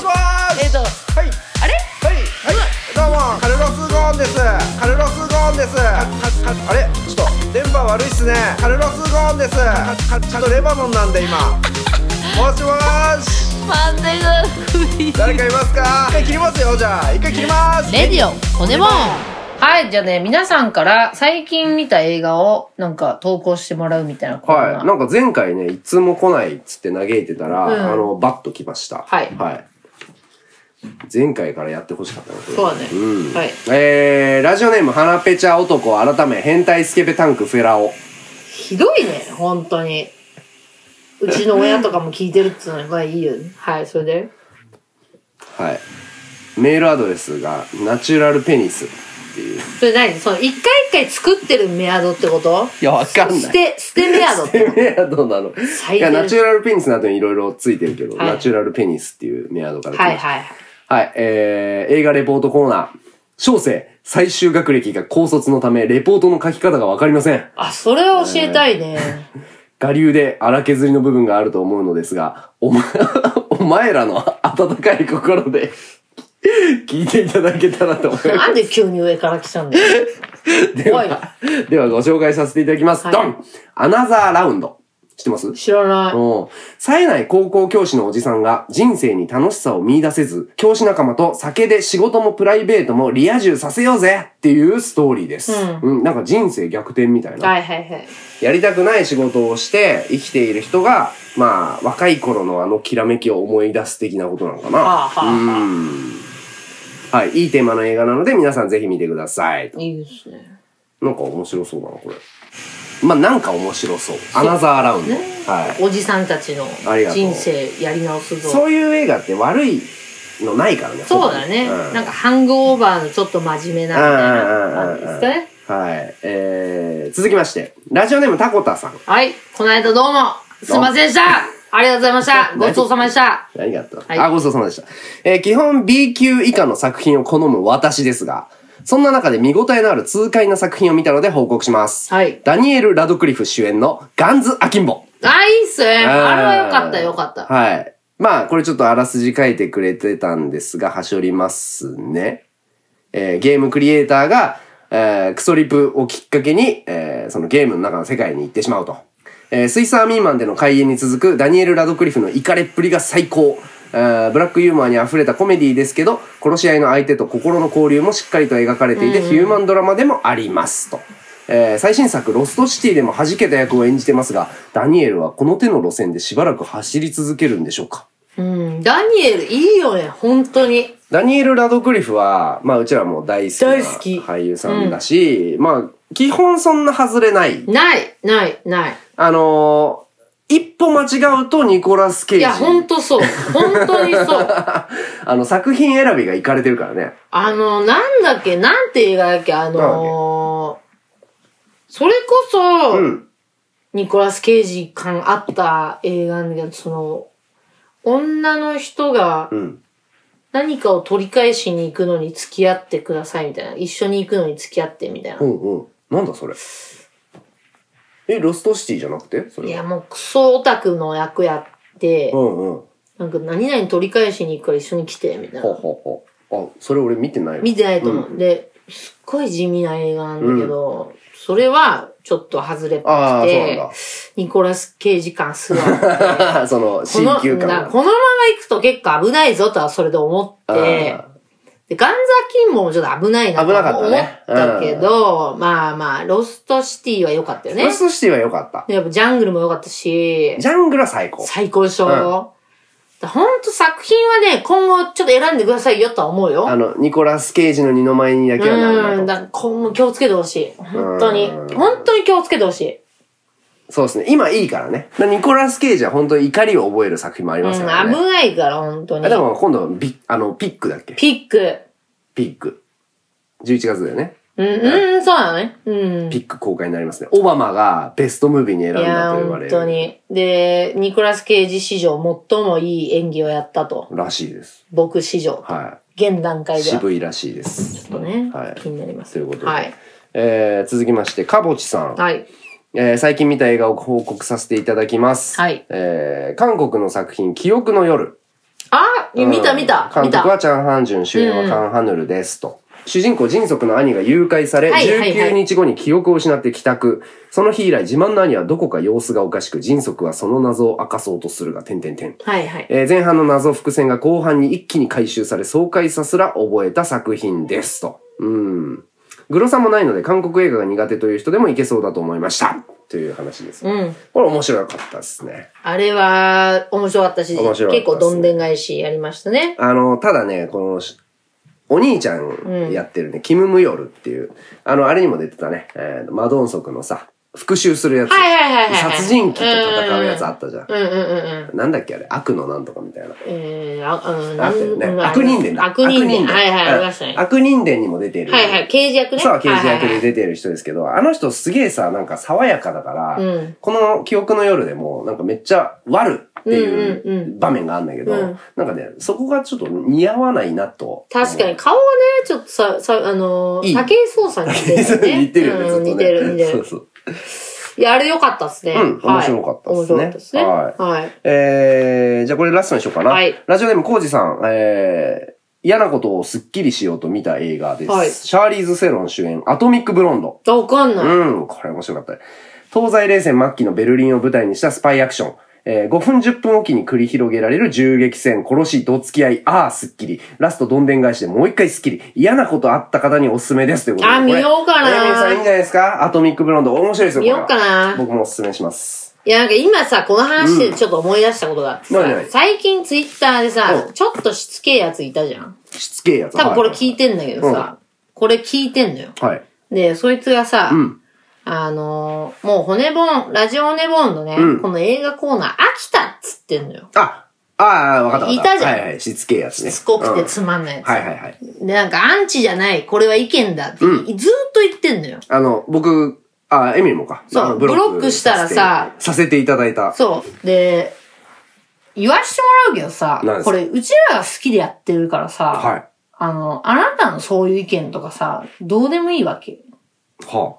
Speaker 5: もーし
Speaker 4: えっと
Speaker 5: はい
Speaker 4: あれ
Speaker 5: はいはいどうもカルロス・ゴーンですカルロス・ゴーンですかかかあれちょっと電波悪いっすねカルロス・ゴーンですかかちゃんとレバノンなんで今もしもーし
Speaker 4: 漫才が
Speaker 5: 誰かいますか一回切りますよじゃあ一回切ります
Speaker 4: レディオ骨も
Speaker 2: す。はい、じゃあね、皆さんから最近見た映画をなんか投稿してもらうみたいなコーナ
Speaker 3: は
Speaker 2: ー。
Speaker 3: い。なんか前回ね、いつも来ないっつって嘆いてたら、
Speaker 2: うん
Speaker 3: あの、バッと来ました。
Speaker 2: はい
Speaker 3: 前回からやってほしかったな、これ
Speaker 2: そうだね
Speaker 3: うん。
Speaker 2: はい
Speaker 3: えー、ラジオネーム、花ペチャ男改め、変態スケベタンクフェラオ。
Speaker 2: ひどいね、本当に。うちの親とかも聞いてるっつうのがいいよね。はい、それで。
Speaker 3: はい。メールアドレスが、ナチュラルペニス [laughs] っていう。
Speaker 2: それ何その、一回一回作ってるメアドってこと
Speaker 3: いや、わか
Speaker 2: 捨。て、捨てメアドっ
Speaker 3: ステ
Speaker 2: て。
Speaker 3: メアドなの。
Speaker 2: 最
Speaker 3: い
Speaker 2: 低
Speaker 3: や、ナチュラルペニスの後にいろいろついてるけど、
Speaker 2: はい
Speaker 3: ナチュラルペニスっていうメアドから来ま
Speaker 2: はい
Speaker 3: した。
Speaker 2: はいはい。
Speaker 3: はい、えー、映画レポートコーナー。小生、最終学歴が高卒のため、レポートの書き方がわかりません。
Speaker 2: あ、それは教えたいね。
Speaker 3: 我流で荒削りの部分があると思うのですが、お前、 [laughs] お前らの温かい心で、聞いていただけたらと思いま
Speaker 2: なんで急に上から来たんだよ。
Speaker 3: す。で
Speaker 2: お
Speaker 3: は、ではご紹介させていただきます。
Speaker 2: はい
Speaker 3: ドンアナザーラウンド。知ってます
Speaker 2: 知らない。
Speaker 3: うん冴えない高校教師のおじさんが人生に楽しさを見出せず、教師仲間と酒で仕事もプライベートもリア充させようぜっていうストーリーです。
Speaker 2: う
Speaker 3: うん、なんか人生逆転みたいな。
Speaker 2: はいはいはい。
Speaker 3: やりたくない仕事をして生きている人が、まあ、若い頃のあのきらめきを思い出す的なことなのかな。
Speaker 2: はあはあはあ
Speaker 3: うん。はい、いいテーマの映画なので皆さんぜひ見てください。
Speaker 2: いいですね。
Speaker 3: なんか面白そうだな、これ。まあ、なんか面白そう。アナザーラウンド。はい。
Speaker 2: おじさんたちの
Speaker 3: ありがとう
Speaker 2: 人生やり直すぞ。
Speaker 3: そういう映画って悪いのないからね。
Speaker 2: そうだね。
Speaker 3: うん
Speaker 2: なんか、ハングオーバーのちょっと真面目なみたいな感じですかね。
Speaker 3: はい。えー、続きまして、ラジオネームタコタさん。
Speaker 2: はい。この間どうも、すいませんでしたありがとうございましたごちそうさまでした
Speaker 3: 何があった、
Speaker 2: はい
Speaker 3: あ、ごちそうさまでした。えー基本 B 級以下の作品を好む私ですが、そんな中で見応えのある痛快な作品を見たので報告します。
Speaker 2: はい
Speaker 3: ダニエル・ラドクリフ主演のガンズ・アキンボ。
Speaker 2: あ、いいっすねあれはよかった
Speaker 3: うん
Speaker 2: よかった。
Speaker 3: はい。まあ、これちょっとあらすじ書いてくれてたんですが、端折りますね。えーゲームクリエイターが、えークソリプをきっかけに、えーそのゲームの中の世界に行ってしまうと。えースイスアーミーマンでの開演に続くダニエル・ラドクリフのイカれっぷりが最高。えーブラックユーモアに溢れたコメディですけど、殺し合いの相手と心の交流もしっかりと描かれていて、ヒューマンドラマでもありますと。えー最新作「ロストシティ」でも弾けた役を演じてますがダニエルはこの手の路線でしばらく走り続けるんでしょうか
Speaker 2: うん。ダニエル、いいよね、本当に。
Speaker 3: ダニエル・ラドクリフは、まあ、うちらも大好きな
Speaker 2: 大好き
Speaker 3: 俳優さんだし、まあ、基本そんな外れない。
Speaker 2: ない、ない、ない。
Speaker 3: あのー一歩間違うとニコラス・ケイ
Speaker 2: い
Speaker 3: ジ。
Speaker 2: や、本当そう。本当に [laughs] そう。
Speaker 3: あの、作品選びがいかれてるからね。
Speaker 2: あの、なんだっけ、なんて映画だっけ、あのー、それこそ、
Speaker 3: うん。
Speaker 2: ニコラス・ケイジ感あった映画なんだけど、その、女の人が
Speaker 3: うん。
Speaker 2: 何かを取り返しに行くのに付き合ってくださいみたいな。一緒に行くのに付き合ってみたいな
Speaker 3: う。んうん。なんだそれ。え、ロストシティじゃなくてそ
Speaker 2: い
Speaker 3: れ。
Speaker 2: や、もうクソオタクの役やって
Speaker 3: う、んうん。ほ
Speaker 2: なんか何々取り返しに行くから一緒に来て、みたいう
Speaker 3: ほう
Speaker 2: な。
Speaker 3: ほう。あ、それ俺見てないわ
Speaker 2: 見てないと思う。で、すっごい地味な映画なんだけど、それはちょっと外れっぽ
Speaker 3: ああ、
Speaker 2: く
Speaker 3: そうなん
Speaker 2: て
Speaker 3: だ、。
Speaker 2: ニコラス・ケイジ感すごいあって。
Speaker 3: [laughs] その
Speaker 2: こ
Speaker 3: C
Speaker 2: の
Speaker 3: 級感
Speaker 2: な
Speaker 3: が。
Speaker 2: このまま行くと結構危ないぞとはそれで思って
Speaker 3: あ、
Speaker 2: でガンザキンボもちょっと危ないなと
Speaker 3: 危なかった
Speaker 2: 思っ
Speaker 3: ね
Speaker 2: たけど、まあまあ、ロストシティは良かったよね
Speaker 3: ロ。ストシティは良かった。
Speaker 2: でやっぱジャングルも良かったし、
Speaker 3: ジャングルは最高。
Speaker 2: 最高でしょ。
Speaker 3: うん
Speaker 2: だほんと作品はね、今後ちょっと選んでくださいよとは思うよ。
Speaker 3: あの、ニコラス・ケイジの二の舞にだけはなる
Speaker 2: うん、
Speaker 3: なと。
Speaker 2: だから今後気をつけてほしい。本当に
Speaker 3: うん。
Speaker 2: 本当に気をつけてほしい。
Speaker 3: そうですね。今いいからね。だからニコラス・ケイジは本当に怒りを覚える作品もあり
Speaker 2: うん、
Speaker 3: ま
Speaker 2: 危
Speaker 3: すからね。
Speaker 2: ないから、本当
Speaker 3: あで
Speaker 2: に。
Speaker 3: も今度はビ、あの、ピックだっけ
Speaker 2: ピック。
Speaker 3: ピック。11月だよね。
Speaker 2: うん、うん、そうなのね。うん。
Speaker 3: ピック公開になりますね。オバマがベストムービーに選ん
Speaker 2: いや
Speaker 3: だと
Speaker 2: ー
Speaker 3: 言われ
Speaker 2: 本当
Speaker 3: る。
Speaker 2: に。で、ニコラス・ケイジ史上最もいい演技をやったと。
Speaker 3: らしいです。
Speaker 2: 僕史上。
Speaker 3: は
Speaker 2: 現段
Speaker 3: い。
Speaker 2: 階では。
Speaker 3: 渋いらしいです。
Speaker 2: ちょっとね、
Speaker 3: はい
Speaker 2: 気になります。
Speaker 3: ということで
Speaker 2: はい。
Speaker 3: えー、続きまして、かぼちさん。
Speaker 2: はい。
Speaker 3: えー最近見た映画を報告させていただきます。
Speaker 2: はい
Speaker 3: えー韓国の作品、記憶の夜。
Speaker 2: あ見た見た
Speaker 3: う
Speaker 2: 見
Speaker 3: ん監督は
Speaker 2: た
Speaker 3: チャン・ハンジュン、主演はカン・ハヌルですと。主人公、迅速の兄が誘拐され、
Speaker 2: はいはいはい
Speaker 3: 19日後に記憶を失って帰宅。その日以来、自慢の兄はどこか様子がおかしく、迅速はその謎を明かそうとするが、点々点。
Speaker 2: はいはい。
Speaker 3: えー前半の謎伏線が後半に一気に回収され、爽快さすら覚えた作品ですと。うん。グロさもないので、韓国映画が苦手という人でもいけそうだと思いました。という話です。
Speaker 2: うん。
Speaker 3: これ面白かったですね。
Speaker 2: あれは、面白かったし、
Speaker 3: 面白かったですね
Speaker 2: 結構どんでん返しやりましたね。
Speaker 3: あの、ただね、この、しお兄ちゃんやってるね、キム・ムヨルっていう、あの、あれにも出てたね、えーマドンソクのさ、復讐するやつ。
Speaker 2: はいはいはいはいはい。
Speaker 3: 殺人鬼と戦うやつあったじゃん。
Speaker 2: うんうんうんうん。
Speaker 3: なんだっけあれ悪のなんとかみたいな。
Speaker 2: えー、あ、うん、
Speaker 3: あったよね。
Speaker 2: うん
Speaker 3: 悪人伝だ。
Speaker 2: 悪人伝。はいはい、あり
Speaker 3: うん
Speaker 2: ましたね。は
Speaker 3: 悪人伝にも出ている。
Speaker 2: いはい、刑事役ね。
Speaker 3: そう、刑事役で
Speaker 2: で。
Speaker 3: 出てる人ですけど、あの人すげえさ、なんか爽やかだから、
Speaker 2: うん
Speaker 3: この記憶の夜でも、なんかめっちゃ悪っ
Speaker 2: う
Speaker 3: て
Speaker 2: んうん
Speaker 3: いうう場面があるんだけど、
Speaker 2: うん
Speaker 3: なんかね、そこがちょっと似合わないなと。
Speaker 2: 確かに顔はね、ちょっとさ、さ、あのー、
Speaker 3: いい
Speaker 2: 武井壮さんに似てるよね。
Speaker 3: 似てる
Speaker 2: うん似てる、
Speaker 3: よね、ずっとね。
Speaker 2: 似て
Speaker 3: そう
Speaker 2: る。
Speaker 3: そう。
Speaker 2: いや、あれ良かったっすね。
Speaker 3: うん
Speaker 2: はい
Speaker 3: 面白かったっす
Speaker 2: 面
Speaker 3: ね
Speaker 2: 白かったっすね。
Speaker 3: は
Speaker 2: はいい。
Speaker 3: えー、じゃあこれラストにしようかな。
Speaker 2: はい
Speaker 3: ラジオネーム、コウジさん、えー、嫌なことをすっきりしようと見た映画です。
Speaker 2: はい
Speaker 3: シャーリーズ・セロン主演、アトミック・ブロンド。
Speaker 2: わかんない。
Speaker 3: うん、これ面白かったね。東西冷戦末期のベルリンを舞台にしたスパイアクション。えー5分10分おきに繰り広げられる銃撃戦、殺し、どつき合い、ああ、すっきり。ラストどんでん返しでもう一回すっきり。嫌なことあった方におすすめです。ということで。
Speaker 2: あ
Speaker 3: これ
Speaker 2: 見ようかな
Speaker 3: エイミンさんいいんじゃないですかアトミックブロンド。面白いですよ、これは
Speaker 2: 見ようかな
Speaker 3: 僕もおすすめします。
Speaker 2: いや、なんか今さ、この話でちょっと思い出したことがあってさ、
Speaker 3: 何々
Speaker 2: 最近ツイッターでさ
Speaker 3: う、ん
Speaker 2: ちょっとしつけえやついたじゃん。
Speaker 3: しつけえやつ。
Speaker 2: 多分これ聞
Speaker 3: い
Speaker 2: いてんだけどさ、これ聞いてんのよ。
Speaker 3: はい。
Speaker 2: で、そいつがさ、
Speaker 3: ん
Speaker 2: あのーもう骨ボン、ラジオ骨ボンのね、
Speaker 3: うん
Speaker 2: この映画コーナー飽きたっつってんのよ。
Speaker 3: あ、ああ、わかったわかった。
Speaker 2: いたじゃん
Speaker 3: はいはい、しつけえやつね。
Speaker 2: しつこく
Speaker 3: う
Speaker 2: て
Speaker 3: ん
Speaker 2: つまんないやつ。
Speaker 3: はいはいはい。
Speaker 2: で、なんかアンチじゃない、これは意見だって、ず
Speaker 3: う
Speaker 2: ーっと言ってんのよ。
Speaker 3: あの、僕、あ、エミリもか。
Speaker 2: そう
Speaker 3: あの
Speaker 2: ブロックしたらさ
Speaker 3: させていただいた。
Speaker 2: そう。で、言わしてもらうけどさ
Speaker 3: 何で、すか
Speaker 2: これ、うちらが好きでやってるからさ、
Speaker 3: はい。
Speaker 2: あの、あなたのそういう意見とかさ、どうでもいいわけ。
Speaker 3: は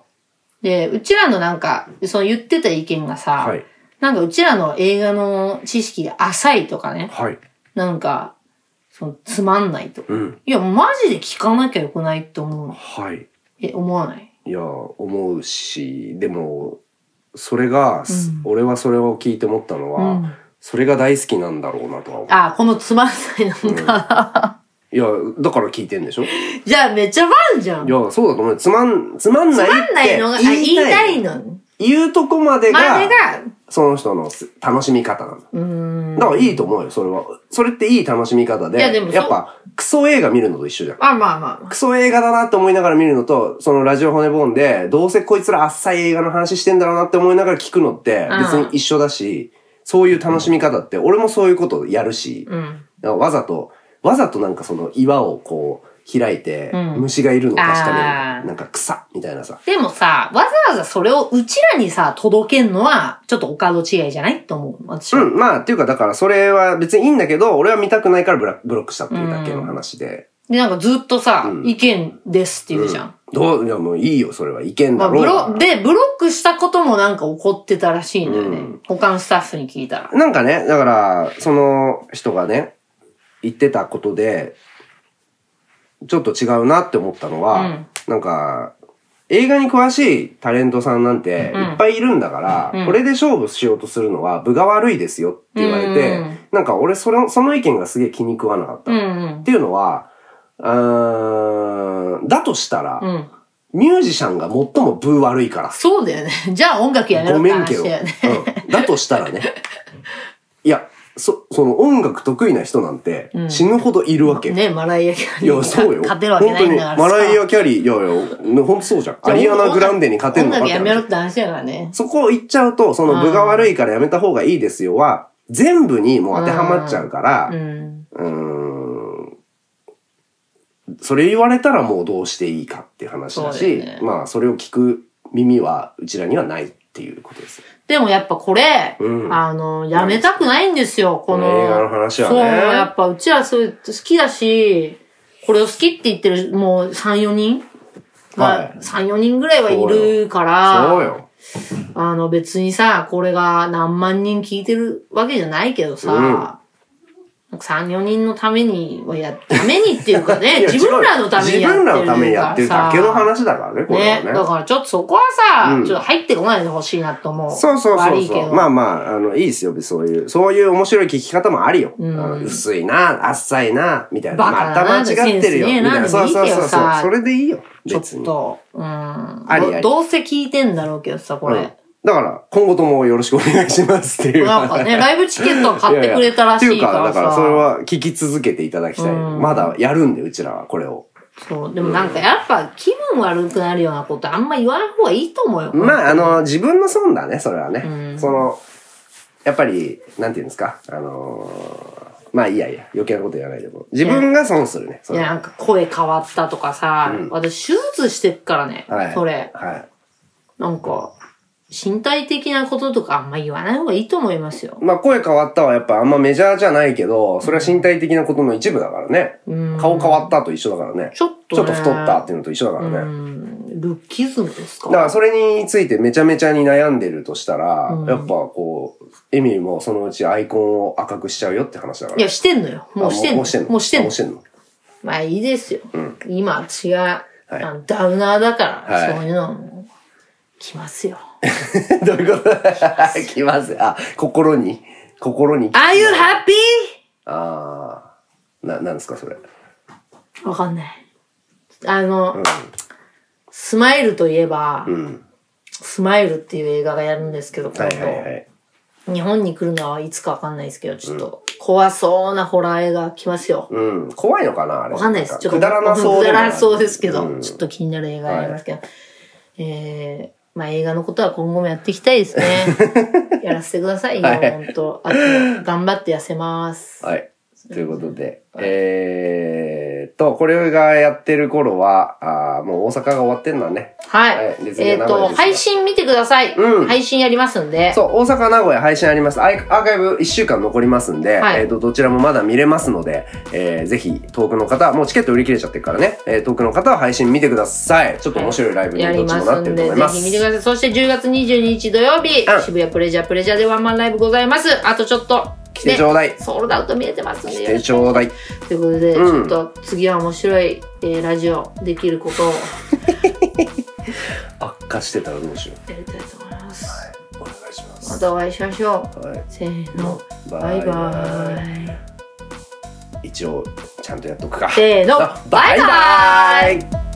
Speaker 2: で、うちらのなんか、その言ってた意見が
Speaker 3: あ、
Speaker 2: さ、
Speaker 3: はい。
Speaker 2: なんかうちらの映画の知識が浅いとかね、
Speaker 3: はい。
Speaker 2: なんか、そのつまんないとか。
Speaker 3: うん。
Speaker 2: いや、マジで聞かなきゃよくないって思うの。
Speaker 3: はい。
Speaker 2: え、思わない
Speaker 3: いや、思うし、でも、それが、俺はそれを聞いて思ったのは、
Speaker 2: うん
Speaker 3: それが大好きなんだろうなとは思う。
Speaker 2: あ、このつまんないのか。
Speaker 3: いや、だから聞いてんでしょい
Speaker 2: じゃあめっちゃバンじゃん。つ
Speaker 3: や、そうだと思うよ。つまん、つまんないって
Speaker 2: まんないのが、あ言いたいのに。
Speaker 3: 言うとこまでが、
Speaker 2: までが、
Speaker 3: その人の楽しみ方なんだ。
Speaker 2: うーん。
Speaker 3: だからいいと思うよ、それは。それっていい楽しみ方で。
Speaker 2: いやでもそう
Speaker 3: やっぱ、クソ映画見るのと一緒じゃん。
Speaker 2: あ、まあまあまあ。
Speaker 3: クソ映画だなって思いながら見るのと、そのラジオ骨ボーンで、どうせこいつらあっさい映画の話してんだろうなって思いながら聞くのって
Speaker 2: うん
Speaker 3: 別に一緒だし、そういう楽しみ方って、俺もそういうことやるし、
Speaker 2: うん。
Speaker 3: だからわざと、わざとなんかその岩をこう開いて、
Speaker 2: うん
Speaker 3: 虫がいるのを確かめるみたい
Speaker 2: あ
Speaker 3: な。
Speaker 2: ー
Speaker 3: なんか草みたいなさ。
Speaker 2: でもさ、わざわざそれをうちらにさ、届けんのは、ちょっとお門違いじゃないと思う。私は。
Speaker 3: うん、まあ、っていうかだからそれは別にいいんだけど、俺は見たくないからブラブロックしたっていうだけの話で。
Speaker 2: で、なんかずっとさ、
Speaker 3: うん
Speaker 2: 意見ですって言うじゃん。
Speaker 3: どう、いやもういいよ、それは。いけん
Speaker 2: ま
Speaker 3: だ
Speaker 2: あ、
Speaker 3: ろ
Speaker 2: ブ
Speaker 3: うが。
Speaker 2: ロで、ブロックしたこともなんか怒ってたらしいんだよね。
Speaker 3: うん
Speaker 2: 他のスタッフに聞いたら。
Speaker 3: なんかね、だから、その人がね、言ってたことで、ちょっと違うなって思ったのは、
Speaker 2: うん
Speaker 3: なんか、映画に詳しいタレントさんなんて
Speaker 2: うん
Speaker 3: いっぱいいるんだから、
Speaker 2: うん
Speaker 3: これで勝負しようとするのは分が悪いですよって言われて、
Speaker 2: うん
Speaker 3: なんか俺その、その意見がすげえ気に食わなかった。
Speaker 2: うん
Speaker 3: っ
Speaker 2: うん。
Speaker 3: ていうのは、うーん、だとしたら、
Speaker 2: うん。
Speaker 3: ミュージシャンが最も分悪いから
Speaker 2: そうだよね。 [laughs] じゃあ音楽やめろ
Speaker 3: ご
Speaker 2: って
Speaker 3: めんけ
Speaker 2: 話
Speaker 3: ど、
Speaker 2: だよね。
Speaker 3: うん、だとしたらねいやそその音楽得意な人なんて
Speaker 2: うん
Speaker 3: 死ぬほどいるわけ、
Speaker 2: ね、マライアキャ
Speaker 3: い
Speaker 2: リーに
Speaker 3: やそうよ
Speaker 2: 勝てるわけないんだからさ。
Speaker 3: 本当にマライア・キャリーいやいやほんとそうじゃんアリアナ・グランデに勝てんのか
Speaker 2: 音
Speaker 3: っ
Speaker 2: 楽
Speaker 3: て
Speaker 2: やめろって話だからね。
Speaker 3: そこを言っちゃうとその部が悪いからやめた方がいいですよは全部にもう当てはまっちゃうから
Speaker 2: うん。
Speaker 3: うんんそれ言われたらもうどうしていいかっていう話だ
Speaker 2: そう
Speaker 3: し
Speaker 2: だよね
Speaker 3: まあそれを聞く耳はうちらにはないっていうことです
Speaker 2: でもやっぱこれ、
Speaker 3: うん
Speaker 2: あの、やめたくないんですよ、この。
Speaker 3: この映画の話はね
Speaker 2: そう、やっぱうちはそういう好きだし、これを好きって言ってる、もう3、4人
Speaker 3: はい
Speaker 2: 3、4人ぐらいはいるから。
Speaker 3: そうよ
Speaker 2: あの別にさ、これが何万人聞いてるわけじゃないけどさ、
Speaker 3: うん
Speaker 2: なんか3、4人のためにはや、ためにっていうか
Speaker 3: [laughs] い
Speaker 2: ね、
Speaker 3: や
Speaker 2: 自分らのためにやってる
Speaker 3: 自分らのためにやってるだけの
Speaker 2: からさ
Speaker 3: 話だからね、これ
Speaker 2: ね
Speaker 3: はね。
Speaker 2: だからちょっとそこはさ、
Speaker 3: うん
Speaker 2: ちょっと入ってこないでほしいなと思う。
Speaker 3: そうそうそ
Speaker 2: 悪
Speaker 3: う
Speaker 2: いけ
Speaker 3: そう。
Speaker 2: ど。
Speaker 3: まあまあ、あの、いいですよ、別にそういう。そういう面白い聞き方もありよ。あの薄いな、あっさいな、みたいな。
Speaker 2: バカ
Speaker 3: ま
Speaker 2: だな
Speaker 3: た間違ってるよ、
Speaker 2: センスねえ
Speaker 3: み
Speaker 2: な
Speaker 3: たいな。そうそう
Speaker 2: でもいい
Speaker 3: そ
Speaker 2: けど
Speaker 3: うそう
Speaker 2: さ。
Speaker 3: それでいいよ、
Speaker 2: ちょ
Speaker 3: 別
Speaker 2: っ
Speaker 3: に。
Speaker 2: と、うん
Speaker 3: ありあり
Speaker 2: ど。どうせ聞いてんだろうけどさ、こ
Speaker 3: うん
Speaker 2: れ。
Speaker 3: だから、今後ともよろしくお願いしますっていう。
Speaker 2: なんか
Speaker 3: [laughs]
Speaker 2: ね、ライブチケットを買ってくれたらしいか
Speaker 3: やや
Speaker 2: ら
Speaker 3: って
Speaker 2: さ。
Speaker 3: いうか、だからそれは聞き続けていただきたい。
Speaker 2: うん
Speaker 3: まだやるんで、うちらはこれを。
Speaker 2: そう。でもなんかやっぱ気分悪くなるようなことあんま言わない方がいいと思うよ。
Speaker 3: まあ、あの、自分の損だね、それはね。
Speaker 2: うん
Speaker 3: その、やっぱり、なんていうんですか、あのーまあ、いいやいや、余計なこと言わないでも、自分が損するね、そ
Speaker 2: い
Speaker 3: れ
Speaker 2: や、
Speaker 3: は。
Speaker 2: なんか声変わったとかさ、
Speaker 3: うん
Speaker 2: 私手術してっからね、
Speaker 3: はい。
Speaker 2: それ。
Speaker 3: はい。
Speaker 2: なんか、身体的なこととかあんま言わない方がいいと思いますよ。
Speaker 3: まあ、声変わったはやっぱあんまメジャーじゃないけど、それは身体的なことの一部だからね。
Speaker 2: うん
Speaker 3: 顔変わったと一緒だからね。
Speaker 2: ちょっとね
Speaker 3: ちょっと太ったっていうのと一緒だからね。
Speaker 2: うん、ルッキズムですか
Speaker 3: だからそれについてめちゃめちゃに悩んでるとしたら、
Speaker 2: うん
Speaker 3: やっぱこう、エミリもそのうちアイコンを赤くしちゃうよって話だから。
Speaker 2: いや、してんのよ。もうしてん
Speaker 3: あ
Speaker 2: の。
Speaker 3: もうしてんの
Speaker 2: もうしてん
Speaker 3: あも
Speaker 2: の
Speaker 3: う。してんの
Speaker 2: まあいいですよ。
Speaker 3: ん
Speaker 2: 今、私が、
Speaker 3: はい
Speaker 2: あのダウナーだから、
Speaker 3: はい
Speaker 2: そういうのも来ますよ。
Speaker 3: どういうこと [laughs] 来ます。あ、心に。心に。
Speaker 2: Are you happy?
Speaker 3: ああ。な、なんですか、それ。
Speaker 2: わかんない。あの、スマイルといえば、
Speaker 3: ん
Speaker 2: スマイルっていう映画がやるんですけど、今度、
Speaker 3: はいはいはい。
Speaker 2: 日本に来るのはいつかわかんないですけど、ちょっと怖そうなホラー映画来ますよ。
Speaker 3: うん。怖いのかなあれ。
Speaker 2: わかんないです。
Speaker 3: ちょっと。くだらなそう
Speaker 2: くだら
Speaker 3: でもな
Speaker 2: ないそうですけど、
Speaker 3: うん
Speaker 2: ちょっと気になる映画ありますけど。えー、まあ映画のことは今後もやっていきたいです
Speaker 3: [laughs]
Speaker 2: ね。やらせてくださいよ、
Speaker 3: はい
Speaker 2: 本当あと、頑張って痩せます。
Speaker 3: はい。ということで、えーっと、これがやってる頃は、あーもう大阪が終わってんのはね。
Speaker 2: はい。
Speaker 3: はい月
Speaker 2: えっ、
Speaker 3: 曜生ですが
Speaker 2: と、配信見てください。
Speaker 3: うん
Speaker 2: 配信やりますんで。
Speaker 3: そう、大阪、名古屋配信あります。アイアーカイブ1週間残りますんで、
Speaker 2: はい
Speaker 3: えーっと、どちらもまだ見れますので、えーぜひ、遠くの方、もうチケット売り切れちゃってるからね、えー遠くの方は配信見てください。ちょっと面白いライブに
Speaker 2: や
Speaker 3: ど
Speaker 2: り
Speaker 3: っち
Speaker 2: ま
Speaker 3: もな
Speaker 2: す
Speaker 3: って
Speaker 2: ん
Speaker 3: る
Speaker 2: で、
Speaker 3: と思い
Speaker 2: ぜ
Speaker 3: ます。
Speaker 2: ひ見てください。そして10月22日土曜日、
Speaker 3: うん
Speaker 2: 渋谷プレジャープレジャーでワンマンライブございます。あとちょっと。
Speaker 3: 来てちょうだい
Speaker 2: ねソールドアウト見えてますんで。
Speaker 3: えーちょうだい。
Speaker 2: ということで、
Speaker 3: うん
Speaker 2: ちょっと次は面白い、えーラジオできることを
Speaker 3: 悪化してたらどうしよう。
Speaker 2: やりたいと思います。
Speaker 3: お願いしま。
Speaker 2: ますたお会いしましょう。
Speaker 3: はい。
Speaker 2: せーの、
Speaker 3: バ
Speaker 2: バイ
Speaker 3: イバ
Speaker 2: バ
Speaker 3: イ。
Speaker 2: イ。
Speaker 3: 一応、ちゃんとやっとくか。
Speaker 2: せーの
Speaker 3: あバイバ
Speaker 2: バイバ
Speaker 3: イ